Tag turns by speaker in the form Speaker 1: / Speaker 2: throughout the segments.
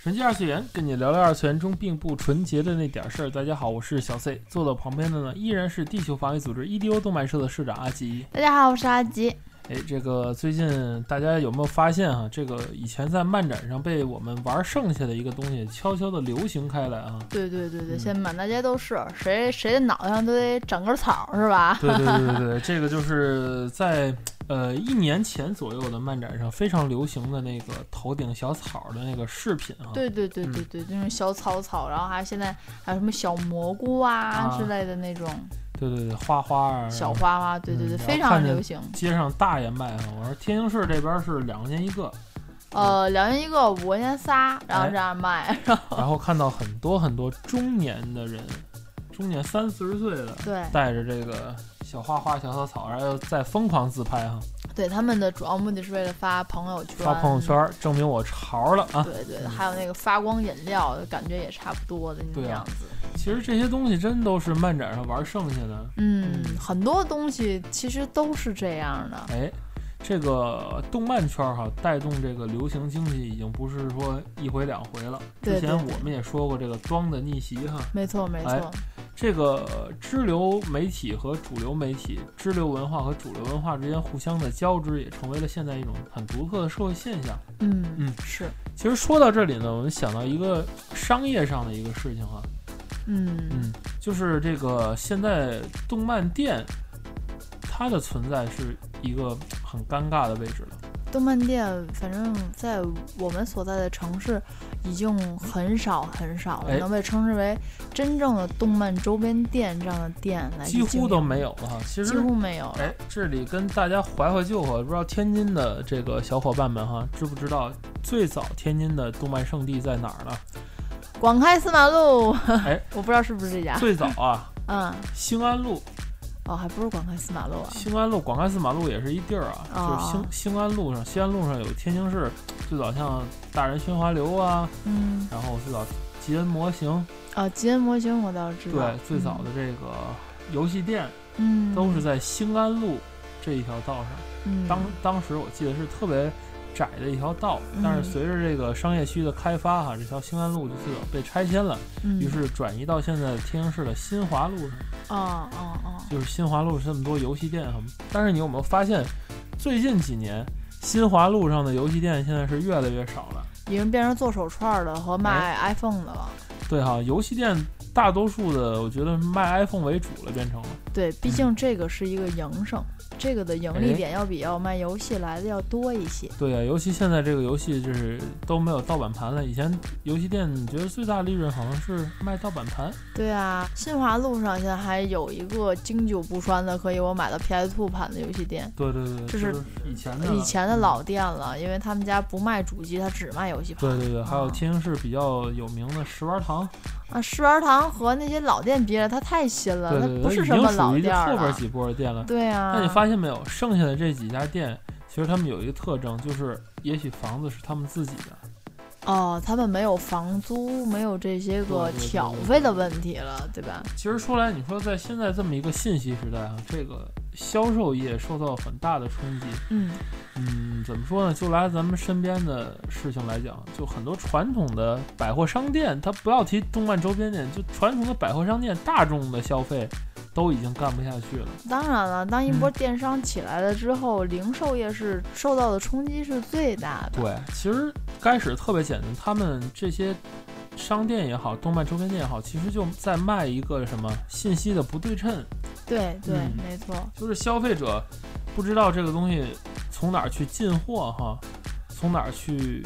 Speaker 1: 纯洁二次元，跟你聊聊二次元中并不纯洁的那点事儿。大家好，我是小 C，坐到旁边的呢依然是地球防卫组织 EDO 动漫社的社长阿吉。
Speaker 2: 大家好，我是阿吉。
Speaker 1: 哎，这个最近大家有没有发现啊？这个以前在漫展上被我们玩剩下的一个东西，悄悄的流行开 来啊。
Speaker 2: 对对对对，
Speaker 1: 嗯
Speaker 2: 现在满大街都是，谁谁的脑袋上都得长根草是吧？
Speaker 1: 对对对对对，这个就是在呃一年前左右的漫展上非常流行的那个头顶小草的那个饰品啊。
Speaker 2: 对对对对对，那种小草草，然后还有现在还有什么小蘑菇啊
Speaker 1: 嗯啊
Speaker 2: 之类的那种
Speaker 1: 对对对，花花啊，
Speaker 2: 小花花，对对对，
Speaker 1: 嗯
Speaker 2: 非
Speaker 1: 然后
Speaker 2: 常
Speaker 1: 看着
Speaker 2: 流行。
Speaker 1: 街上大爷卖啊。我说天津市这边是两块钱一 个，
Speaker 2: 呃，两元一个，五块钱仨，然后
Speaker 1: 哎
Speaker 2: 这样卖。
Speaker 1: 然后看到很多很多中年的人，中年三四十岁的，
Speaker 2: 对
Speaker 1: 带着这个小花花、小草草，然后再疯狂自拍哈，
Speaker 2: 对，他们的主要目的是为了发朋友圈。
Speaker 1: 发朋友圈儿证明我潮了啊！
Speaker 2: 对对，
Speaker 1: 嗯
Speaker 2: 还有那个发光饮料，感觉也差不多的那
Speaker 1: 对啊
Speaker 2: 样子。
Speaker 1: 其实这些东西真都是漫展上玩剩下的。
Speaker 2: 嗯
Speaker 1: 嗯，
Speaker 2: 很多东西其实都是这样的。
Speaker 1: 哎，这个动漫圈儿哈、带动这个流行经济已经不是说一回两回了。之
Speaker 2: 对
Speaker 1: 前
Speaker 2: 对对
Speaker 1: 我们也说过这个“装的逆袭”哈，
Speaker 2: 没错，没
Speaker 1: 哎
Speaker 2: 错。
Speaker 1: 这个支流媒体和主流媒体、支流文化和主流文化之间互相的交织，也成为了现在一种很独特的社会现象。
Speaker 2: 嗯
Speaker 1: 嗯
Speaker 2: 是，
Speaker 1: 其实说到这里呢，我们想到一个商业上的一个事情啊，
Speaker 2: 嗯
Speaker 1: 嗯，就是这个现在动漫店，它的存在是一个很尴尬的位置了。
Speaker 2: 动漫店，反正在我们所在的城市，已经很少很少了，
Speaker 1: 哎
Speaker 2: 能被称之为真正的动漫周边店这样的店来
Speaker 1: 几乎都没
Speaker 2: 有，
Speaker 1: 有了哈。其
Speaker 2: 几
Speaker 1: 实，
Speaker 2: 乎没有了。
Speaker 1: 哎，这里跟大家怀怀旧哈，不知道天津的这个小伙伴们哈，知不知道最早天津的动漫圣地在哪儿呢？
Speaker 2: 广开四马路，
Speaker 1: 哎
Speaker 2: 我不知道是不是这家，
Speaker 1: 最早啊，
Speaker 2: 嗯，
Speaker 1: 兴安路，
Speaker 2: 哦，还不是广开四马 路啊，
Speaker 1: 兴安路广开四马路也是一地儿啊，就是
Speaker 2: 哦
Speaker 1: 兴兴安路上，兴安路上有天津市最早像大人喧哗流啊，
Speaker 2: 嗯，
Speaker 1: 然后最早吉恩模型，
Speaker 2: 啊，吉恩模型我倒是知道，嗯
Speaker 1: 对，最早的这个游戏店
Speaker 2: 嗯，嗯，
Speaker 1: 都是在兴安路这一条道上。
Speaker 2: 嗯
Speaker 1: 当当时我记得是特别窄的一条道，
Speaker 2: 嗯
Speaker 1: 但是随着这个商业区的开发哈，这条兴安路就最早被拆迁了，
Speaker 2: 嗯
Speaker 1: 于是转移到现在天津市的新华路上。
Speaker 2: 哦哦哦，
Speaker 1: 就是新华路这么多游戏店哈，但是你有没有发现，最近几年新华路上的游戏店现在是越来越少了？
Speaker 2: 已经变成做手串的
Speaker 1: 哎
Speaker 2: 和卖 iPhone 的了。
Speaker 1: 对哈，游戏店大多数的我觉得卖 iPhone 为主了，变成了。
Speaker 2: 对，毕
Speaker 1: 嗯
Speaker 2: 竟这个是一个营生，这个的盈
Speaker 1: 哎
Speaker 2: 利点要比要卖游戏来的要多一些。
Speaker 1: 对呀、尤其现在这个游戏就是都没有盗版盘了。以前游戏店你觉得最大利润好像是卖盗版盘，
Speaker 2: 对啊，新华路上现在还有一个经久不衰的，可以我买到 PS Two 版的游戏店，
Speaker 1: 对对对，
Speaker 2: 这是
Speaker 1: 以前的了
Speaker 2: 以前的老店了，因为他们家不卖主机，他只卖游戏盘。
Speaker 1: 对对对，还有
Speaker 2: 啊
Speaker 1: 天津市比较有名的石玩堂，
Speaker 2: 啊，世玩堂和那些老店比起来，它太新了，
Speaker 1: 对对对，
Speaker 2: 它不是
Speaker 1: 已
Speaker 2: 什
Speaker 1: 经
Speaker 2: 么
Speaker 1: 属
Speaker 2: 老
Speaker 1: 于
Speaker 2: 店儿
Speaker 1: 后边
Speaker 2: 了。
Speaker 1: 几波的店了。
Speaker 2: 对啊，
Speaker 1: 那你发现没有，剩下的这几家店，其实他们有一个特征，就是也许房子是他们自己的，
Speaker 2: 哦，他们没有房租，没有这些个
Speaker 1: 对对对对
Speaker 2: 挑费的问题了，对吧？
Speaker 1: 其实说来，你说在现在这么一个信息时代啊，这个销售业受到很大的冲击。
Speaker 2: 嗯，
Speaker 1: 嗯，怎么说呢？就拿咱们身边的事情来讲，就很多传统的百货商店，它不要提动漫周边店，就传统的百货商店，大众的消费都已经干不下去了。
Speaker 2: 当然了，当一波
Speaker 1: 嗯
Speaker 2: 电商起来了之后，零售业是受到的冲击是最大的。
Speaker 1: 对，其实开始特别简单，他们这些商店也好，动漫周边店也好，其实就在卖一个什么信息的不对称，
Speaker 2: 对对
Speaker 1: 嗯
Speaker 2: 没错。
Speaker 1: 就是消费者不知道这个东西从哪儿去进货哈，从哪儿去。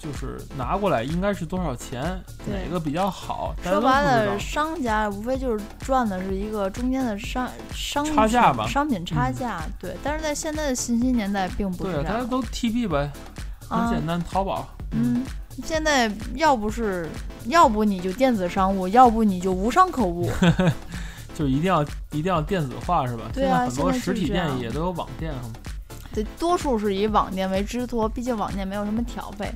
Speaker 1: 就是拿过来应该是多少钱，
Speaker 2: 对
Speaker 1: 哪个比较好？大家
Speaker 2: 说
Speaker 1: 都
Speaker 2: 白
Speaker 1: 不知
Speaker 2: 了，
Speaker 1: 道
Speaker 2: 商家无非就是赚的是一个中间的商商品
Speaker 1: 差价吧
Speaker 2: 商品差
Speaker 1: 嗯
Speaker 2: 价。对，但是在现在的信息年代，并不
Speaker 1: 对
Speaker 2: 是这
Speaker 1: 啊，大家
Speaker 2: 样。
Speaker 1: 都 TB 呗，很
Speaker 2: 啊
Speaker 1: 简单，淘宝
Speaker 2: 嗯，现在要不是，要不你就电子商务，要不你就无商可 务。
Speaker 1: 就一定要一定要电子化是吧？
Speaker 2: 对
Speaker 1: 现在
Speaker 2: 啊
Speaker 1: 很多
Speaker 2: 现在
Speaker 1: 实
Speaker 2: 就是
Speaker 1: 体
Speaker 2: 这
Speaker 1: 店
Speaker 2: 样
Speaker 1: 也都有网店哈。
Speaker 2: 对，多数是以网店为支托，毕竟网店没有什么挑费。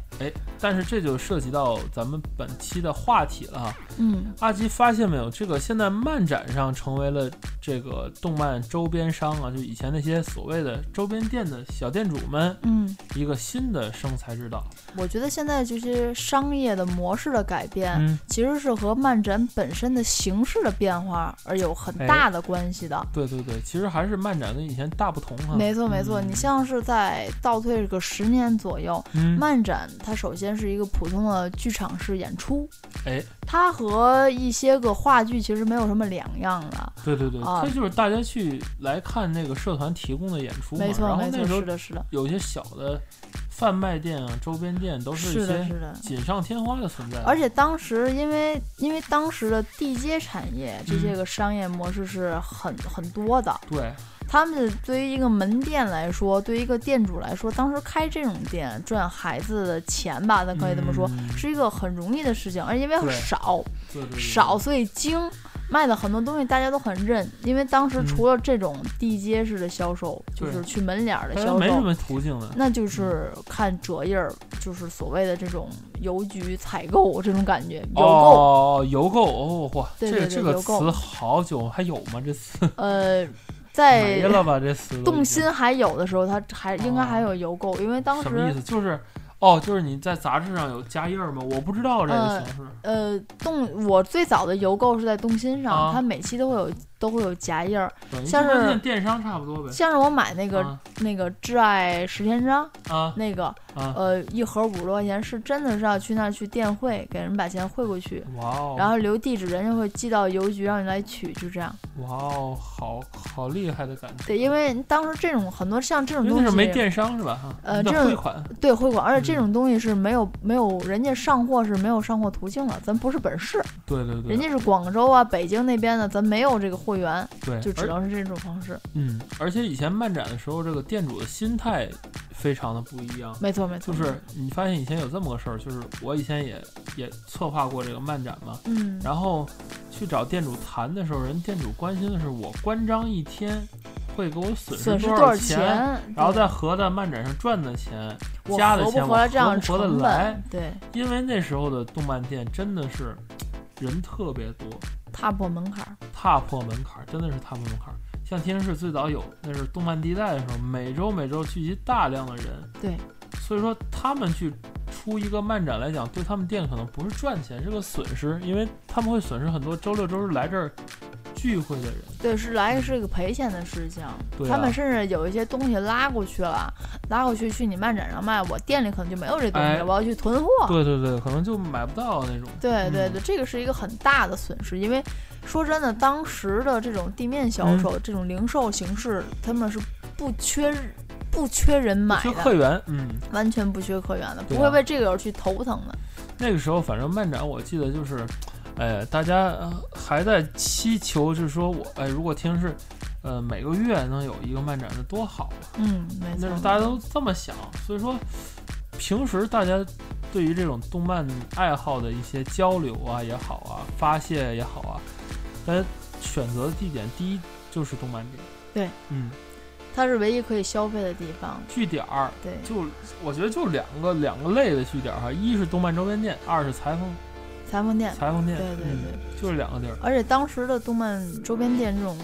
Speaker 1: 但是这就涉及到咱们本期的话题了哈。
Speaker 2: 嗯，
Speaker 1: 阿吉发现没有，这个现在漫展上成为了这个动漫周边商啊，就以前那些所谓的周边店的小店主们
Speaker 2: 嗯，
Speaker 1: 一个新的生财之道。
Speaker 2: 我觉得现在这些商业的模式的改变，
Speaker 1: 嗯，
Speaker 2: 其实是和漫展本身的形式的变化而有很
Speaker 1: 哎
Speaker 2: 大的关系的。
Speaker 1: 对对对，其实还是漫展跟以前大不同哈。
Speaker 2: 没错，没错，
Speaker 1: 嗯
Speaker 2: 你像是在倒退个十年左右，
Speaker 1: 嗯，
Speaker 2: 漫展它首先是一个普通的剧场式演出，
Speaker 1: 哎，
Speaker 2: 它和一些个话剧其实没有什么两样了。
Speaker 1: 对对对，
Speaker 2: 啊
Speaker 1: 这就是大家去来看那个社团提供的演出嘛。
Speaker 2: 没错，
Speaker 1: 然后
Speaker 2: 没
Speaker 1: 那
Speaker 2: 错，
Speaker 1: 时候
Speaker 2: 是的，是的，
Speaker 1: 有些小的贩卖店啊、周边店都一
Speaker 2: 是的，
Speaker 1: 些
Speaker 2: 是的。
Speaker 1: 锦上添花的存在。
Speaker 2: 而且当时因为因为当时的地接产业
Speaker 1: 嗯
Speaker 2: 这些个商业模式是很很多的，
Speaker 1: 对，
Speaker 2: 他们对于一个门店来说，对于一个店主来说，当时开这种店赚孩子的钱吧，咱可以这么说，
Speaker 1: 嗯
Speaker 2: 是一个很容易的事情，而因为
Speaker 1: 对嗯
Speaker 2: 少
Speaker 1: 对对对
Speaker 2: 少，所以精。卖的很多东西大家都很认，因为当时
Speaker 1: 嗯
Speaker 2: 除了这种地接式的销售，就
Speaker 1: 对
Speaker 2: 是去门脸儿的
Speaker 1: 大家
Speaker 2: 销
Speaker 1: 没什
Speaker 2: 售，
Speaker 1: 么途径的。
Speaker 2: 那就是看折页儿，就是所谓的这种邮局采购这种感觉，邮购。
Speaker 1: 哦，邮购哦，嚯，
Speaker 2: 对
Speaker 1: 这个
Speaker 2: 对对
Speaker 1: 这个
Speaker 2: 邮购
Speaker 1: 词好久还有吗？这词
Speaker 2: 呃，
Speaker 1: 没
Speaker 2: 在
Speaker 1: 了吧？这词都已经
Speaker 2: 动心还有的时候，它还应该还有邮购，因为当
Speaker 1: 什么意
Speaker 2: 时
Speaker 1: 思？就是哦，就是你在杂志上有加印儿吗？我不知道这个
Speaker 2: 呃
Speaker 1: 形式。
Speaker 2: 呃动我最早的邮购是在动心上，
Speaker 1: 啊
Speaker 2: 它每期都会有都会有夹页儿，
Speaker 1: 等于
Speaker 2: 像
Speaker 1: 就跟
Speaker 2: 是
Speaker 1: 那电商差不多呗。
Speaker 2: 像是我买那个、那个挚爱十天章
Speaker 1: 啊
Speaker 2: 那个
Speaker 1: 啊啊！
Speaker 2: 呃一盒五十多块钱，是真的是要去那儿去电汇给人把钱汇过去。
Speaker 1: 哇哦，
Speaker 2: 呃然后留地址，人家会寄到邮局让你来取，就这样。
Speaker 1: 哇哦，好好厉害的感觉。
Speaker 2: 对，因为当时这种很多像这种
Speaker 1: 因
Speaker 2: 东
Speaker 1: 为
Speaker 2: 西，
Speaker 1: 那是没电商是吧？哈，
Speaker 2: 呃
Speaker 1: 你得
Speaker 2: 这
Speaker 1: 汇款
Speaker 2: 对汇款，而且这
Speaker 1: 嗯
Speaker 2: 种东西是没有没有人家上货是没有上货途径的，咱不是本市，
Speaker 1: 对对对，
Speaker 2: 人家是广州啊、北京那边的，咱没有这个货源，
Speaker 1: 对，
Speaker 2: 就只
Speaker 1: 而
Speaker 2: 能是这种方式。
Speaker 1: 嗯，而且以前漫展的时候，这个店主的心态非常的不一样。
Speaker 2: 没错，没
Speaker 1: 就
Speaker 2: 错，
Speaker 1: 是你发现以前有这么个事儿，就是我以前也也策划过这个漫展嘛，
Speaker 2: 嗯，
Speaker 1: 然后去找店主谈的时候，人店主关心的是我关张一天会给我损
Speaker 2: 损失
Speaker 1: 多
Speaker 2: 少
Speaker 1: 钱，
Speaker 2: 钱，
Speaker 1: 然后
Speaker 2: 对
Speaker 1: 再合在漫展上赚的钱，
Speaker 2: 我
Speaker 1: 加的
Speaker 2: 合不
Speaker 1: 钱
Speaker 2: 合
Speaker 1: 我
Speaker 2: 这样
Speaker 1: 合不合得
Speaker 2: 成
Speaker 1: 来
Speaker 2: 本，对，
Speaker 1: 因为那时候的动漫店真的是人特别多，
Speaker 2: 踏破门槛儿，
Speaker 1: 踏破门槛儿，真的是踏破门槛儿。像天津市最早有，那是动漫地带的时候，每周每周聚集大量的人。
Speaker 2: 对，
Speaker 1: 所以说他们去出一个漫展来讲，对他们店可能不是赚钱，是个损失，因为他们会损失很多周六周日来这儿聚会的人。
Speaker 2: 对，是来是一个赔钱的事情。
Speaker 1: 对、啊，
Speaker 2: 他们甚至有一些东西拉过去了，拉过去去你漫展上卖，我店里可能就没有这东西
Speaker 1: 哎
Speaker 2: 了，我要去囤货。
Speaker 1: 对对对，可能就买不到那种。
Speaker 2: 对对
Speaker 1: 嗯
Speaker 2: 对，这个是一个很大的损失，因为说真的，当时的这种地面
Speaker 1: 嗯
Speaker 2: 销售、这种零售形式，他们是不缺不缺人买啊
Speaker 1: 缺客
Speaker 2: 的，
Speaker 1: 源，嗯，
Speaker 2: 完全不缺客源的，
Speaker 1: 对
Speaker 2: 不
Speaker 1: 啊
Speaker 2: 会为这个而去头疼的。
Speaker 1: 那个时候反正漫展，我记得就是，呃，大家呃还在祈求，就是说我，哎、如果天津市，呃，每个月能有一个漫展，那多好啊！
Speaker 2: 嗯，没
Speaker 1: 那
Speaker 2: 错
Speaker 1: 是，大家都这么想，所以说平时大家对于这种动漫爱好的一些交流啊也好啊，发泄也好啊，大家选择的地点第一就是动漫店，
Speaker 2: 对，
Speaker 1: 嗯，
Speaker 2: 它是唯一可以消费的地方。
Speaker 1: 据点儿
Speaker 2: 对，
Speaker 1: 就我觉得就两个两个类的据点儿哈，一是动漫周边店，二是裁缝
Speaker 2: 裁缝店，
Speaker 1: 裁缝店，
Speaker 2: 对对
Speaker 1: 嗯
Speaker 2: 对，
Speaker 1: 就是两个地儿，
Speaker 2: 而且当时的动漫周边店这种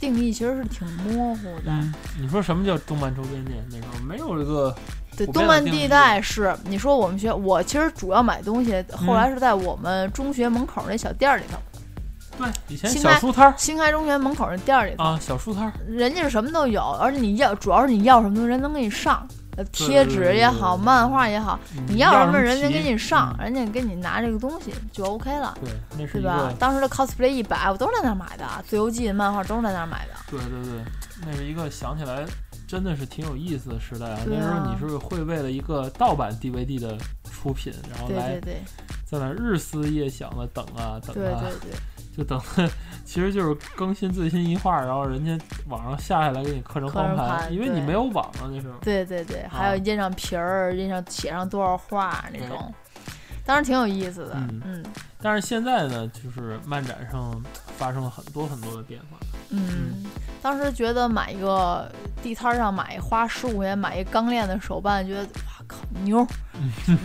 Speaker 2: 定义其实是挺模糊的。
Speaker 1: 嗯，你说什么叫动漫周边店？那时候没有这个，
Speaker 2: 对，
Speaker 1: 普遍的
Speaker 2: 动漫
Speaker 1: 定义
Speaker 2: 地带是你说我们学，我其实主要买东西，后来是在我们中学门口那小店儿里头，
Speaker 1: 对，以前
Speaker 2: 现
Speaker 1: 小
Speaker 2: 在
Speaker 1: 书摊儿
Speaker 2: 新开中学门口那店儿里头，
Speaker 1: 啊，小书摊儿，
Speaker 2: 人家是什么都有，而且你要主要是你要什么东西，人能给你上，呃贴纸也好，
Speaker 1: 对对对对
Speaker 2: 漫画也好，你要
Speaker 1: 什
Speaker 2: 什么人家
Speaker 1: 皮
Speaker 2: 给你上，
Speaker 1: 嗯
Speaker 2: 人家给你拿这个东西就 OK 了。
Speaker 1: 对，那是
Speaker 2: 对
Speaker 1: 一
Speaker 2: 吧
Speaker 1: 个？，
Speaker 2: 当时的 cosplay 一百，我都是在那儿买的，《自由记》漫画都是在那儿买的。
Speaker 1: 对对对，那是一个想起来真的是挺有意思的时代啊。
Speaker 2: 对
Speaker 1: 那时候
Speaker 2: 啊
Speaker 1: 你是会为了一个盗版 DVD 的出品，然后
Speaker 2: 对
Speaker 1: 来
Speaker 2: 对对
Speaker 1: 在那儿日思夜想的等啊等
Speaker 2: 对
Speaker 1: 啊
Speaker 2: 对，对，
Speaker 1: 就等， 其实就是更新最新一话，然后人家网上下下来给你刻成
Speaker 2: 刻成
Speaker 1: 光盘，
Speaker 2: 盘
Speaker 1: 因为你
Speaker 2: 对
Speaker 1: 没有网啊那时候。
Speaker 2: 对对对，还有
Speaker 1: 啊
Speaker 2: 印上皮儿，印上写上多少话那种，当时挺有意思的。
Speaker 1: 嗯
Speaker 2: 嗯
Speaker 1: 但是现在呢，就是漫展上发生了很多很多的变化。
Speaker 2: 嗯，当时觉得买一个地摊儿上买一花十五块钱买一钢链的手办，觉得哇靠 牛儿，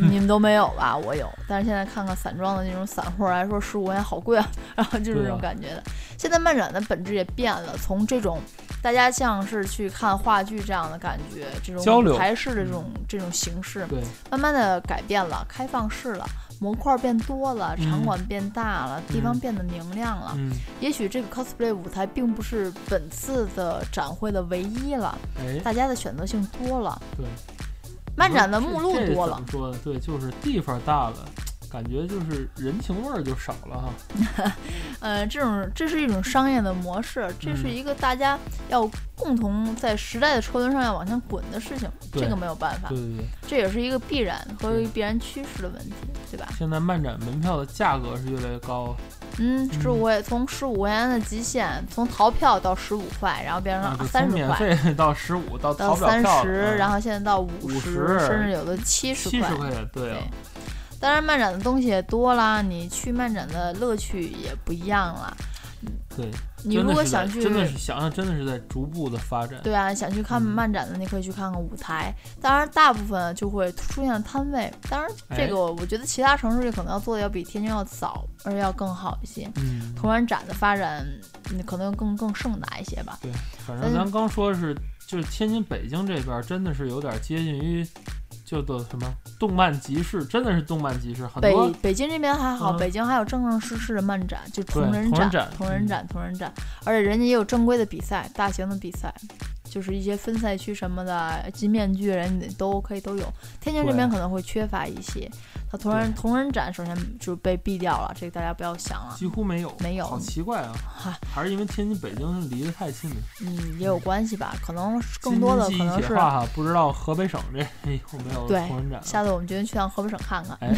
Speaker 2: 你们都没有吧？我有，但是现在看看散装的那种散货来说，十五块钱好贵啊，然后就是这
Speaker 1: 对啊
Speaker 2: 种感觉的。现在漫展的本质也变了，从这种大家像是去看话剧这样的感觉，这
Speaker 1: 交
Speaker 2: 种
Speaker 1: 流嗯
Speaker 2: 舞台式的这种这种形式，
Speaker 1: 对，
Speaker 2: 慢慢的改变了，开放式了，模块变多了，
Speaker 1: 嗯
Speaker 2: 场馆变大了，地方
Speaker 1: 嗯
Speaker 2: 变得明亮了。
Speaker 1: 嗯，
Speaker 2: 也许这个 cosplay 舞台并不是本次的展会的唯一了，
Speaker 1: 哎，
Speaker 2: 大家的选择性多了，
Speaker 1: 对，
Speaker 2: 漫展的
Speaker 1: 这
Speaker 2: 目录
Speaker 1: 这
Speaker 2: 多
Speaker 1: 怎
Speaker 2: 了
Speaker 1: 么，说呢？对，就是地方大了，感觉就是人情味儿就少了哈。
Speaker 2: 呃，
Speaker 1: 嗯
Speaker 2: 这种这是一种商业的模式，这是一个大家要共同在时代的车轮上要往前滚的事情，
Speaker 1: 对
Speaker 2: 这个没有办法
Speaker 1: 对，对对，
Speaker 2: 这也是一个必然和
Speaker 1: 对
Speaker 2: 一个必然趋势的问题，对吧？
Speaker 1: 现在漫展门票的价格是越来越高
Speaker 2: 嗯，
Speaker 1: 嗯
Speaker 2: 十五块从十五块钱的极限，从淘票到十五块，然后变
Speaker 1: 啊，
Speaker 2: 成
Speaker 1: 就
Speaker 2: 三
Speaker 1: 从
Speaker 2: 十
Speaker 1: 免
Speaker 2: 块，
Speaker 1: 费到十五到
Speaker 2: 到
Speaker 1: 淘不了
Speaker 2: 三
Speaker 1: 票
Speaker 2: 十、
Speaker 1: 了，
Speaker 2: 然后现在到五
Speaker 1: 50
Speaker 2: 甚至有的七十
Speaker 1: 七十块钱，对啊
Speaker 2: 对，当然，漫展的东西也多啦，你去漫展的乐趣也不一样了。
Speaker 1: 对，
Speaker 2: 你
Speaker 1: 真
Speaker 2: 如
Speaker 1: 的
Speaker 2: 果
Speaker 1: 是在
Speaker 2: 想去，
Speaker 1: 真的是想想，真的是在逐步的发展。
Speaker 2: 对啊，想去
Speaker 1: 嗯
Speaker 2: 看漫展的，你可以去看看舞台。当然，大部分就会出现摊位。当然，这
Speaker 1: 哎
Speaker 2: 个我觉得其他城市可能要做的要比天津要早，而且要更好一些。
Speaker 1: 嗯，
Speaker 2: 同人展的发展，嗯可能更更盛大一些吧。
Speaker 1: 对，反
Speaker 2: 但
Speaker 1: 正
Speaker 2: 是
Speaker 1: 咱刚说是，就是天津、北京这边儿真的是有点接近于，就的什么动漫集市，真的是动漫集市，很
Speaker 2: 北
Speaker 1: 多
Speaker 2: 北京这边还好，
Speaker 1: 嗯
Speaker 2: 北京还有正正式式的漫展，就同
Speaker 1: 对
Speaker 2: 人
Speaker 1: 同人
Speaker 2: 展、
Speaker 1: 展嗯
Speaker 2: 同人展、同人展，而且人家也有正规的比赛，大型的比赛，就是一些分赛区什么的，金面具人你都可以都有。天津这边
Speaker 1: 对
Speaker 2: 可能会缺乏一些，它同人
Speaker 1: 对
Speaker 2: 同人展首先就被毙掉了，这个大家不要想了。
Speaker 1: 几乎没有，
Speaker 2: 没有
Speaker 1: 好奇怪啊，还是因为天津、北京离得太近了。
Speaker 2: 嗯，也有关系吧，可能是更多的
Speaker 1: 京
Speaker 2: 可
Speaker 1: 津冀
Speaker 2: 能
Speaker 1: 一体
Speaker 2: 是。
Speaker 1: 化哈，不知道河北省这有没有
Speaker 2: 对
Speaker 1: 同人展啊？
Speaker 2: 下次我们决定去趟河北省看看。
Speaker 1: 哎，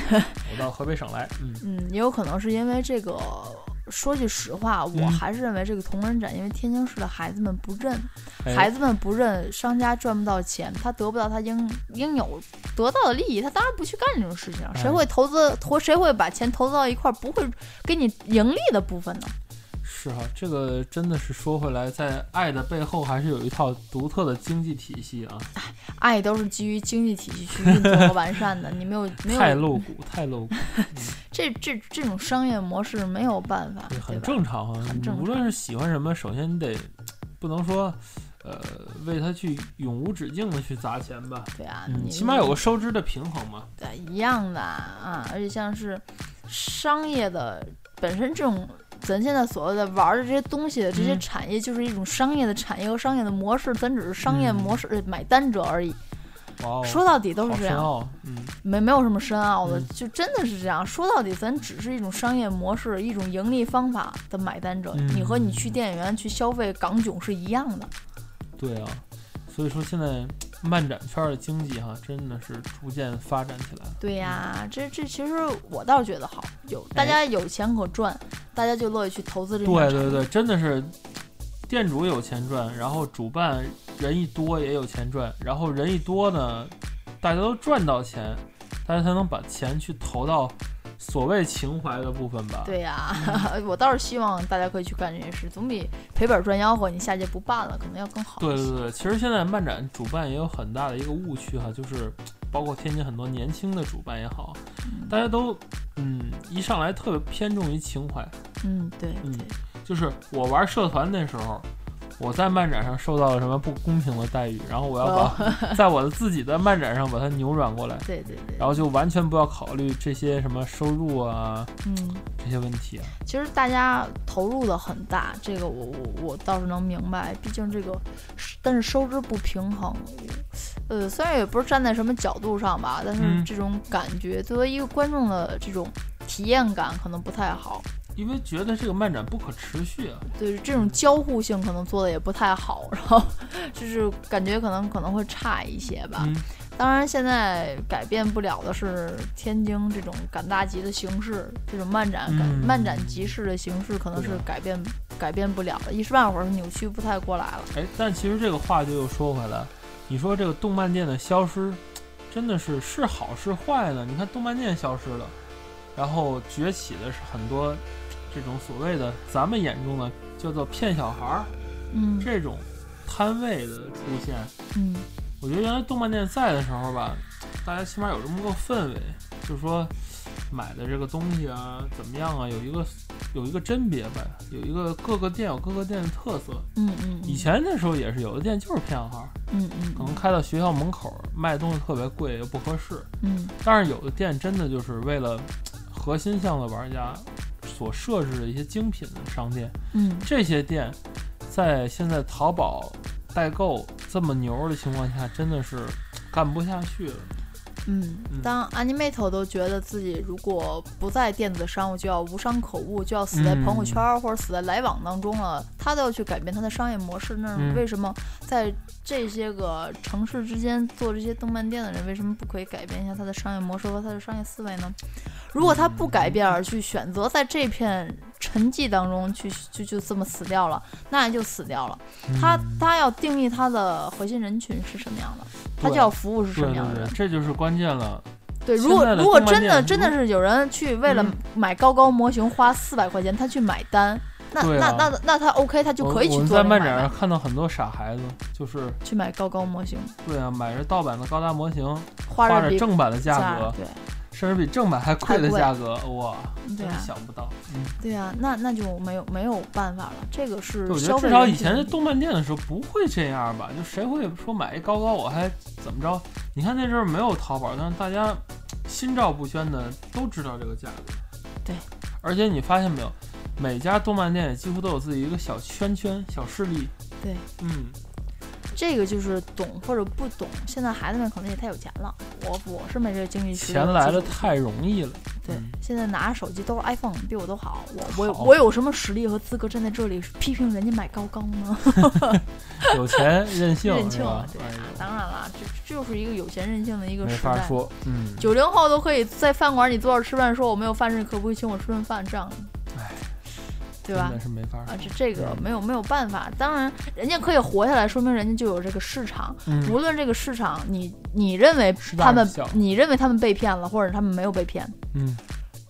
Speaker 1: 我到河北省来，嗯，
Speaker 2: 嗯，也有可能是因为这个。说句实话，我
Speaker 1: 嗯
Speaker 2: 还是认为这个同人展，因为天津市的孩子们不认，
Speaker 1: 哎
Speaker 2: 孩子们不认，商家赚不到钱，他得不到他应应有得到的利益，他当然不去干这种事情了。
Speaker 1: 哎
Speaker 2: 谁会投资投？谁会把钱投资到一块儿不会给你盈利的部分呢？
Speaker 1: 是哈，这个真的是说回来，在爱的背后还是有一套独特的经济体系啊，
Speaker 2: 爱都是基于经济体系去运作和完善 的，你没有没
Speaker 1: 太
Speaker 2: 有
Speaker 1: 露骨，太露骨，
Speaker 2: 这这这种商业模式没有办法，
Speaker 1: 对，很
Speaker 2: 嗯对吧？
Speaker 1: 正常啊。
Speaker 2: 很
Speaker 1: 你
Speaker 2: 正
Speaker 1: 无论是喜欢什么，首先你得不能说，呃，为他去永无止境的去砸钱吧，
Speaker 2: 对啊，
Speaker 1: 嗯，
Speaker 2: 你
Speaker 1: 起码有个收支的平衡嘛。
Speaker 2: 的一样的啊，而且像是商业的本身这种，咱现在所谓的玩的这些东西的这些
Speaker 1: 嗯
Speaker 2: 产业，就是一种商业的产业和商业的模式，咱只是商业模式、呃买单者而已。
Speaker 1: 哇嗯哦，
Speaker 2: 说到底都
Speaker 1: 好
Speaker 2: 是啊这
Speaker 1: 深
Speaker 2: 样，
Speaker 1: 奥，嗯，
Speaker 2: 没没有什么深奥的，
Speaker 1: 嗯
Speaker 2: 就真的是这样。说到底，咱只是一种商业模式，一种盈利方法的买单者。
Speaker 1: 嗯
Speaker 2: 你和你去电影院去消费港囧是一样的。
Speaker 1: 对啊。所以说现在漫展圈的经济哈，真的是逐渐发展起来了。
Speaker 2: 对呀、这这其实我倒是觉得好，有大家有钱可赚，大家就乐意去投资这种
Speaker 1: 哎对
Speaker 2: 产
Speaker 1: 对
Speaker 2: 业
Speaker 1: 对，真的是店主有钱赚，然后主办人一多也有钱赚，然后人一多呢，大家都赚到钱，大家才能把钱去投到所谓情怀的部分吧。
Speaker 2: 对呀、
Speaker 1: 嗯
Speaker 2: 我倒是希望大家可以去干这件事，总比赔本赚吆喝，你下届不办了，可能要更好。
Speaker 1: 对对对，其实现在漫展主办也有很大的一个误区哈，就是包括天津很多年轻的主办也好，大家都嗯一上来特别偏重于情怀，
Speaker 2: 嗯，对
Speaker 1: 嗯
Speaker 2: 对，
Speaker 1: 就是我玩社团那时候，我在漫展上受到了什么不公平的待遇，然后我要把 在我的自己的漫展上把它扭转过来，
Speaker 2: 对对对
Speaker 1: 然，后就完全不要考虑这些什么收入啊
Speaker 2: 嗯，
Speaker 1: 这些问题啊。
Speaker 2: 其实大家投入的很大，这个我我我倒是能明白，毕竟这个，但是收支不平衡，呃，虽然也不是站在什么角度上吧，但是
Speaker 1: 嗯
Speaker 2: 这种感觉作为一个观众的这种体验感可能不太好，
Speaker 1: 因为觉得这个漫展不可持续啊，
Speaker 2: 对这种交互性 可能做的也不太好，然后就是感觉可能可能会差一些吧。
Speaker 1: 嗯，
Speaker 2: 当然，现在改变不了的是天津这种赶大集的形式，这种漫展赶、
Speaker 1: 嗯
Speaker 2: 漫展集市的形式，可能是
Speaker 1: 对
Speaker 2: 改变改变不了的，一时半会儿是扭曲不太过来了。
Speaker 1: 哎，但其实这个话就又说回来，你说这个动漫店的消失，真的是是好是坏呢？你看动漫店消失了，然后崛起的是很多这种所谓的咱们眼中的叫做骗小孩儿
Speaker 2: 嗯
Speaker 1: 这种摊位的出现。
Speaker 2: 嗯
Speaker 1: 我觉得原来动漫店在的时候吧，大家起码有这么个氛围，就是说买的这个东西啊，怎么样啊，有一个有一个甄别吧，有一个各个店有各个店的特色。
Speaker 2: 嗯嗯，
Speaker 1: 以前那时候也是，有的店就是骗小孩儿，
Speaker 2: 嗯嗯
Speaker 1: 可能开到学校门口儿卖东西特别贵又不合适。
Speaker 2: 嗯
Speaker 1: 但是有的店真的就是为了核心向的玩家所设置的一些精品的商店，
Speaker 2: 嗯
Speaker 1: 这些店在现在淘宝代购这么牛的情况下，真的是干不下去了。
Speaker 2: 嗯
Speaker 1: 嗯
Speaker 2: 嗯，当 Animate 都觉得自己如果不在电子商务，就要无商可务，就要死在
Speaker 1: 嗯
Speaker 2: 朋友圈儿或者死在来往当中了，他都要去改变他的商业模式。那
Speaker 1: 嗯
Speaker 2: 为什么在这些个城市之间做这些动漫店的人，为什么不可以改变一下他的商业模式和他的商业思维呢？如果他不改变而去选择在这片沉寂当中去就就这么死掉了，那也就死掉了。他
Speaker 1: 嗯
Speaker 2: 他要定义他的核心人群是什么样的，他
Speaker 1: 对
Speaker 2: 就要服务是什
Speaker 1: 对
Speaker 2: 么
Speaker 1: 对
Speaker 2: 样的
Speaker 1: 对
Speaker 2: 人，。
Speaker 1: 这就是关键了。
Speaker 2: 对，
Speaker 1: 现
Speaker 2: 如果
Speaker 1: 在的
Speaker 2: 如果
Speaker 1: 动漫
Speaker 2: 真的
Speaker 1: 店
Speaker 2: 真的
Speaker 1: 如
Speaker 2: 是有人去为了
Speaker 1: 嗯
Speaker 2: 买高高模型花四百块钱，他去买单，那、
Speaker 1: 对
Speaker 2: 那
Speaker 1: 啊
Speaker 2: 那那他 OK，他就可以
Speaker 1: 我我
Speaker 2: 去
Speaker 1: 们
Speaker 2: 做
Speaker 1: 在
Speaker 2: 这个买
Speaker 1: 漫展
Speaker 2: 卖
Speaker 1: 上，看到很多傻孩子，就是
Speaker 2: 去买高高模型，
Speaker 1: 对啊，买着盗版的高达模型，
Speaker 2: 花
Speaker 1: 花
Speaker 2: 着
Speaker 1: 着
Speaker 2: 比
Speaker 1: 正版的价格，
Speaker 2: 对
Speaker 1: 甚至比正版还贵的价格，哇，
Speaker 2: 对
Speaker 1: 真
Speaker 2: 啊
Speaker 1: 想不到。嗯，
Speaker 2: 对啊，那那就没有没有办法了，这个是
Speaker 1: 就我觉
Speaker 2: 消
Speaker 1: 得
Speaker 2: 费
Speaker 1: 至少
Speaker 2: 人
Speaker 1: 以
Speaker 2: 群
Speaker 1: 前
Speaker 2: 的
Speaker 1: 的动漫店的时候不会这样吧？就谁会说买一高高我还怎么着？你看那阵儿没有淘宝，但是大家心照不宣的都知道这个价格。
Speaker 2: 对，
Speaker 1: 而且你发现没有，每家动漫店也几乎都有自己一个小圈圈、小势力。
Speaker 2: 对，
Speaker 1: 嗯，
Speaker 2: 这个就是懂或者不懂，现在孩子们可能也太有钱了，我我是没这个经济实力。
Speaker 1: 钱来的太容易了。
Speaker 2: 对
Speaker 1: 嗯，
Speaker 2: 现在拿手机都是 iPhone，比我都好。我我有
Speaker 1: 好
Speaker 2: 我有什么实力和资格站在这里批评人家买高高呢？
Speaker 1: 有钱任性，
Speaker 2: 任性
Speaker 1: 是吧
Speaker 2: 啊，对
Speaker 1: 哎
Speaker 2: 啊
Speaker 1: 呦，
Speaker 2: 当然啦，这这就是一个有钱任性的一个
Speaker 1: 没
Speaker 2: 时
Speaker 1: 法
Speaker 2: 代。
Speaker 1: 说。嗯，
Speaker 2: 九零后都可以在饭馆里坐着吃饭，说我没有饭吃，可不可以请我吃顿饭？这样
Speaker 1: 哎，
Speaker 2: 对吧
Speaker 1: 真的？是嗯没法
Speaker 2: 啊
Speaker 1: 说。，
Speaker 2: 这这个没有没有办法。当然，人家可以活下来，说明人家就有这个市场。
Speaker 1: 嗯，
Speaker 2: 无论这个市场，你你认为
Speaker 1: 是大
Speaker 2: 他们
Speaker 1: 是小，
Speaker 2: 你认为他们被骗了，或者他们没有被骗，
Speaker 1: 嗯，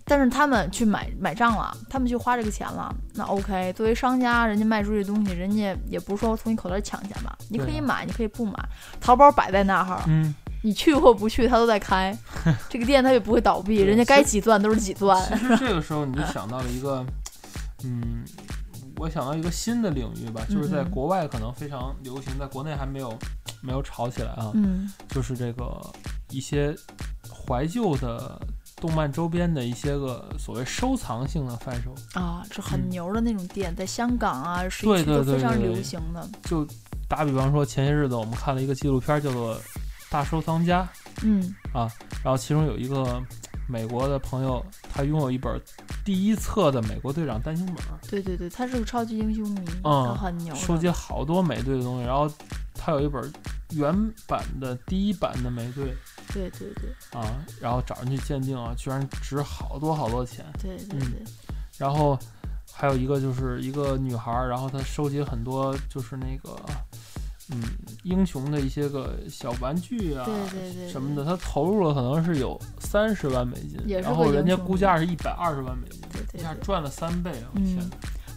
Speaker 2: 但是他们去买买账了，他们去花这个钱了，那 OK。作为商家，人家卖出去东西，人家也不是说从你口袋抢钱吧，你
Speaker 1: 对啊
Speaker 2: 可以买，你可以不买。淘宝摆在那儿，
Speaker 1: 嗯，
Speaker 2: 你去或不去，它都在 开。这个店它也不会倒闭，
Speaker 1: 对
Speaker 2: 人家该几钻都是几钻。
Speaker 1: 其实这个时候 你就想到了一个，嗯，我想到一个新的领域吧，就是在
Speaker 2: 嗯嗯
Speaker 1: 国外可能非常流行，在国内还没有没有炒起来啊，
Speaker 2: 嗯
Speaker 1: 就是这个一些怀旧的动漫周边的一些个所谓收藏性的贩售，
Speaker 2: 啊，这很牛的那种店，在香港啊，是
Speaker 1: 嗯对
Speaker 2: 一
Speaker 1: 对
Speaker 2: 都
Speaker 1: 对
Speaker 2: 非常
Speaker 1: 对对
Speaker 2: 流行的。
Speaker 1: 就打比方说前些日子我们看了一个纪录片叫做《大收藏家》，
Speaker 2: 嗯
Speaker 1: 然后其中有一个美国的朋友，他拥有一本第一册的美国队长单行本儿。
Speaker 2: 对对对，他是个超级英雄迷，
Speaker 1: 嗯
Speaker 2: 他很牛的。
Speaker 1: 收集了好多美队的东西，然后他有一本原版的第一版的美队
Speaker 2: 对对对
Speaker 1: 啊，然后找人去鉴定啊，居然值好多好多钱。
Speaker 2: 对对
Speaker 1: 嗯
Speaker 2: 对，
Speaker 1: 然后还有一个就是一个女孩儿，然后她收集了很多就是那个嗯英雄的一些个小玩具啊。
Speaker 2: 对对对
Speaker 1: 什么的，她投入了可能是有三十万美金，
Speaker 2: 也是
Speaker 1: 然后
Speaker 2: 个
Speaker 1: 人家
Speaker 2: 英雄
Speaker 1: 估价是一百二十万美金，
Speaker 2: 对对
Speaker 1: 一
Speaker 2: 对
Speaker 1: 下。赚了三倍啊！我天
Speaker 2: 嗯
Speaker 1: 哪，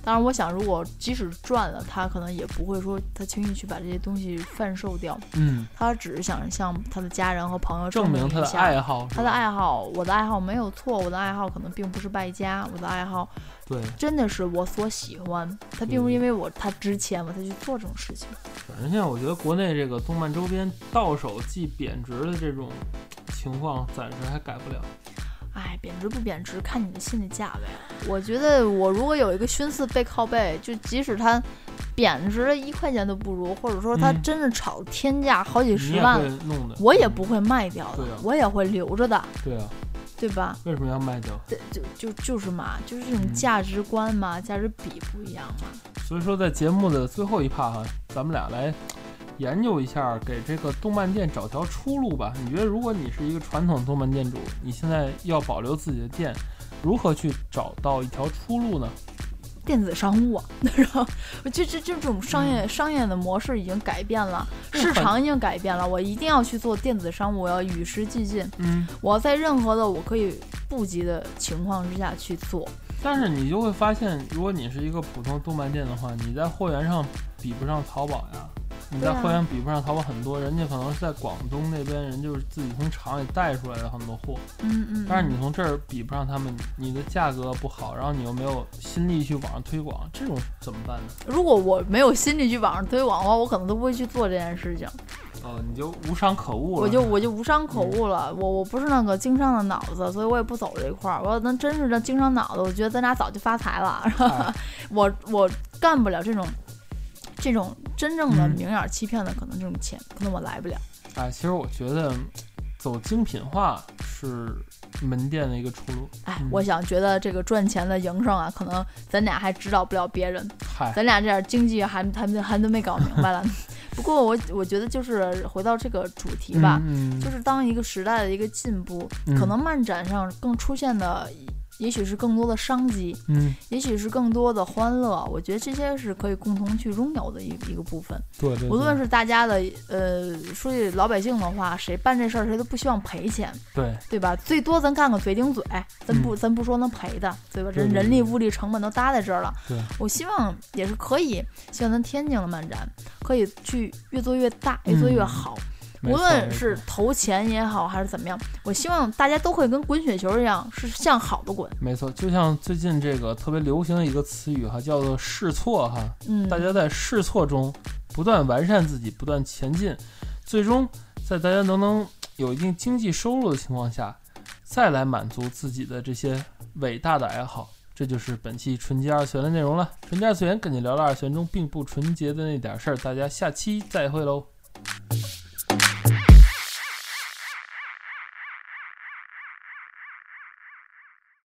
Speaker 2: 当然，我想如果即使赚了，他可能也不会说他轻易去把这些东西贩售掉，
Speaker 1: 嗯，
Speaker 2: 他只是想向他的家人和朋友
Speaker 1: 证明
Speaker 2: 明
Speaker 1: 他的
Speaker 2: 一下
Speaker 1: 爱好是吧，
Speaker 2: 他的爱好，我的爱好没有错，我的爱好可能并不是败家，我的爱好
Speaker 1: 对，
Speaker 2: 真的是我所喜欢，他并不是因为我他值钱我才去做这种事情。
Speaker 1: 反正现在我觉得国内这个动漫周边到手即贬值的这种情况，暂时还改不了。
Speaker 2: 哎，贬值不贬值，看你的心理价位了。我觉得我如果有一个勋四背靠背，就即使它贬值了一块钱都不如，或者说它
Speaker 1: 嗯
Speaker 2: 真是炒天价好几
Speaker 1: 你
Speaker 2: 十
Speaker 1: 也
Speaker 2: 万，
Speaker 1: 会弄的，
Speaker 2: 我也不会卖掉的，
Speaker 1: 对啊
Speaker 2: 我也会留着的，
Speaker 1: 对啊，
Speaker 2: 对吧？
Speaker 1: 为什么要卖掉？
Speaker 2: 对，就就就是嘛，就是这种
Speaker 1: 嗯
Speaker 2: 价值观嘛，价值比不一样嘛。
Speaker 1: 所以说在节目的最后一趴哈，咱们俩来研究一下，给这个动漫店找条出路吧。你觉得，如果你是一个传统动漫店主，你现在要保留自己的店，如何去找到一条出路呢？
Speaker 2: 电子商务啊， 然后这这这种商业、商业的模式已经改变了，
Speaker 1: 嗯
Speaker 2: 市
Speaker 1: 很
Speaker 2: 场已经改变了，我一定要去做电子商务，我要与时俱进，
Speaker 1: 嗯，
Speaker 2: 我要在任何的我可以布及的情况之下去做。
Speaker 1: 但是你就会发现，如果你是一个普通动漫店的话，你在货源上比不上淘宝呀。你在
Speaker 2: 对啊
Speaker 1: 货源比不上淘宝很多，人家可能是在广东那边，人就是自己从厂里带出来的很多货，
Speaker 2: 嗯嗯，
Speaker 1: 但是你从这儿比不上他们，你的价格不好，然后你又没有心力去网上推广，这种怎么办呢？
Speaker 2: 如果我没有心力去网上推广的话，我可能都不会去做这件事情，
Speaker 1: 哦，你就无商可悟了。
Speaker 2: 我就我就无商可悟
Speaker 1: 嗯
Speaker 2: 了。我我不是那个经商的脑子，所以我也不走这一块儿。我要能真是这经商脑子，我觉得咱俩早就发财了。
Speaker 1: 哎
Speaker 2: 我我干不了这种这种真正的
Speaker 1: 嗯
Speaker 2: 明眼儿欺骗的，可能这种钱，可能我来不了。
Speaker 1: 哎，其实我觉得走精品化是门店的一个出路。
Speaker 2: 哎
Speaker 1: 嗯，
Speaker 2: 我想觉得这个赚钱的营生啊，可能咱俩还指导不了别人，
Speaker 1: 嗨，
Speaker 2: 咱俩这点经济还还还都没搞明 白了。不过我我觉得就是回到这个主题吧，
Speaker 1: 嗯，嗯
Speaker 2: 就是当一个时代的一个进步，
Speaker 1: 嗯
Speaker 2: 可能漫展上更出现的，也许是更多的商机，
Speaker 1: 嗯，
Speaker 2: 也许是更多的欢乐。我觉得这些是可以共同去拥有的一一个部分。
Speaker 1: 对对，
Speaker 2: 无论
Speaker 1: 是
Speaker 2: 是大家的，呃，说句老百姓的话，谁办这事儿谁都不希望赔钱，
Speaker 1: 对
Speaker 2: 对吧？最多咱干个嘴顶嘴，咱不、咱不说能赔的，对吧？
Speaker 1: 嗯对
Speaker 2: 这
Speaker 1: 对对
Speaker 2: 人力物力成本都搭在这儿了。
Speaker 1: 对
Speaker 2: 我希望也是可以，像咱天津的漫展可以去越做越大，越做越
Speaker 1: 嗯
Speaker 2: 好。
Speaker 1: 没
Speaker 2: 无
Speaker 1: 错
Speaker 2: 论
Speaker 1: 没
Speaker 2: 是
Speaker 1: 错
Speaker 2: 投钱也好，还是怎么样，我希望大家都会跟滚雪球一样，是向好的滚。
Speaker 1: 没错，就像最近这个特别流行的一个词语哈，叫做试错哈，
Speaker 2: 嗯，
Speaker 1: 大家在试错中不断完善自己，不断前进，最终在大家能能有一定经济收入的情况下，再来满足自己的这些伟大的爱好。这就是本期纯洁二次元的内容了。纯洁二次元跟你聊了二次元中并不纯洁的那点事儿，大家下期再会喽。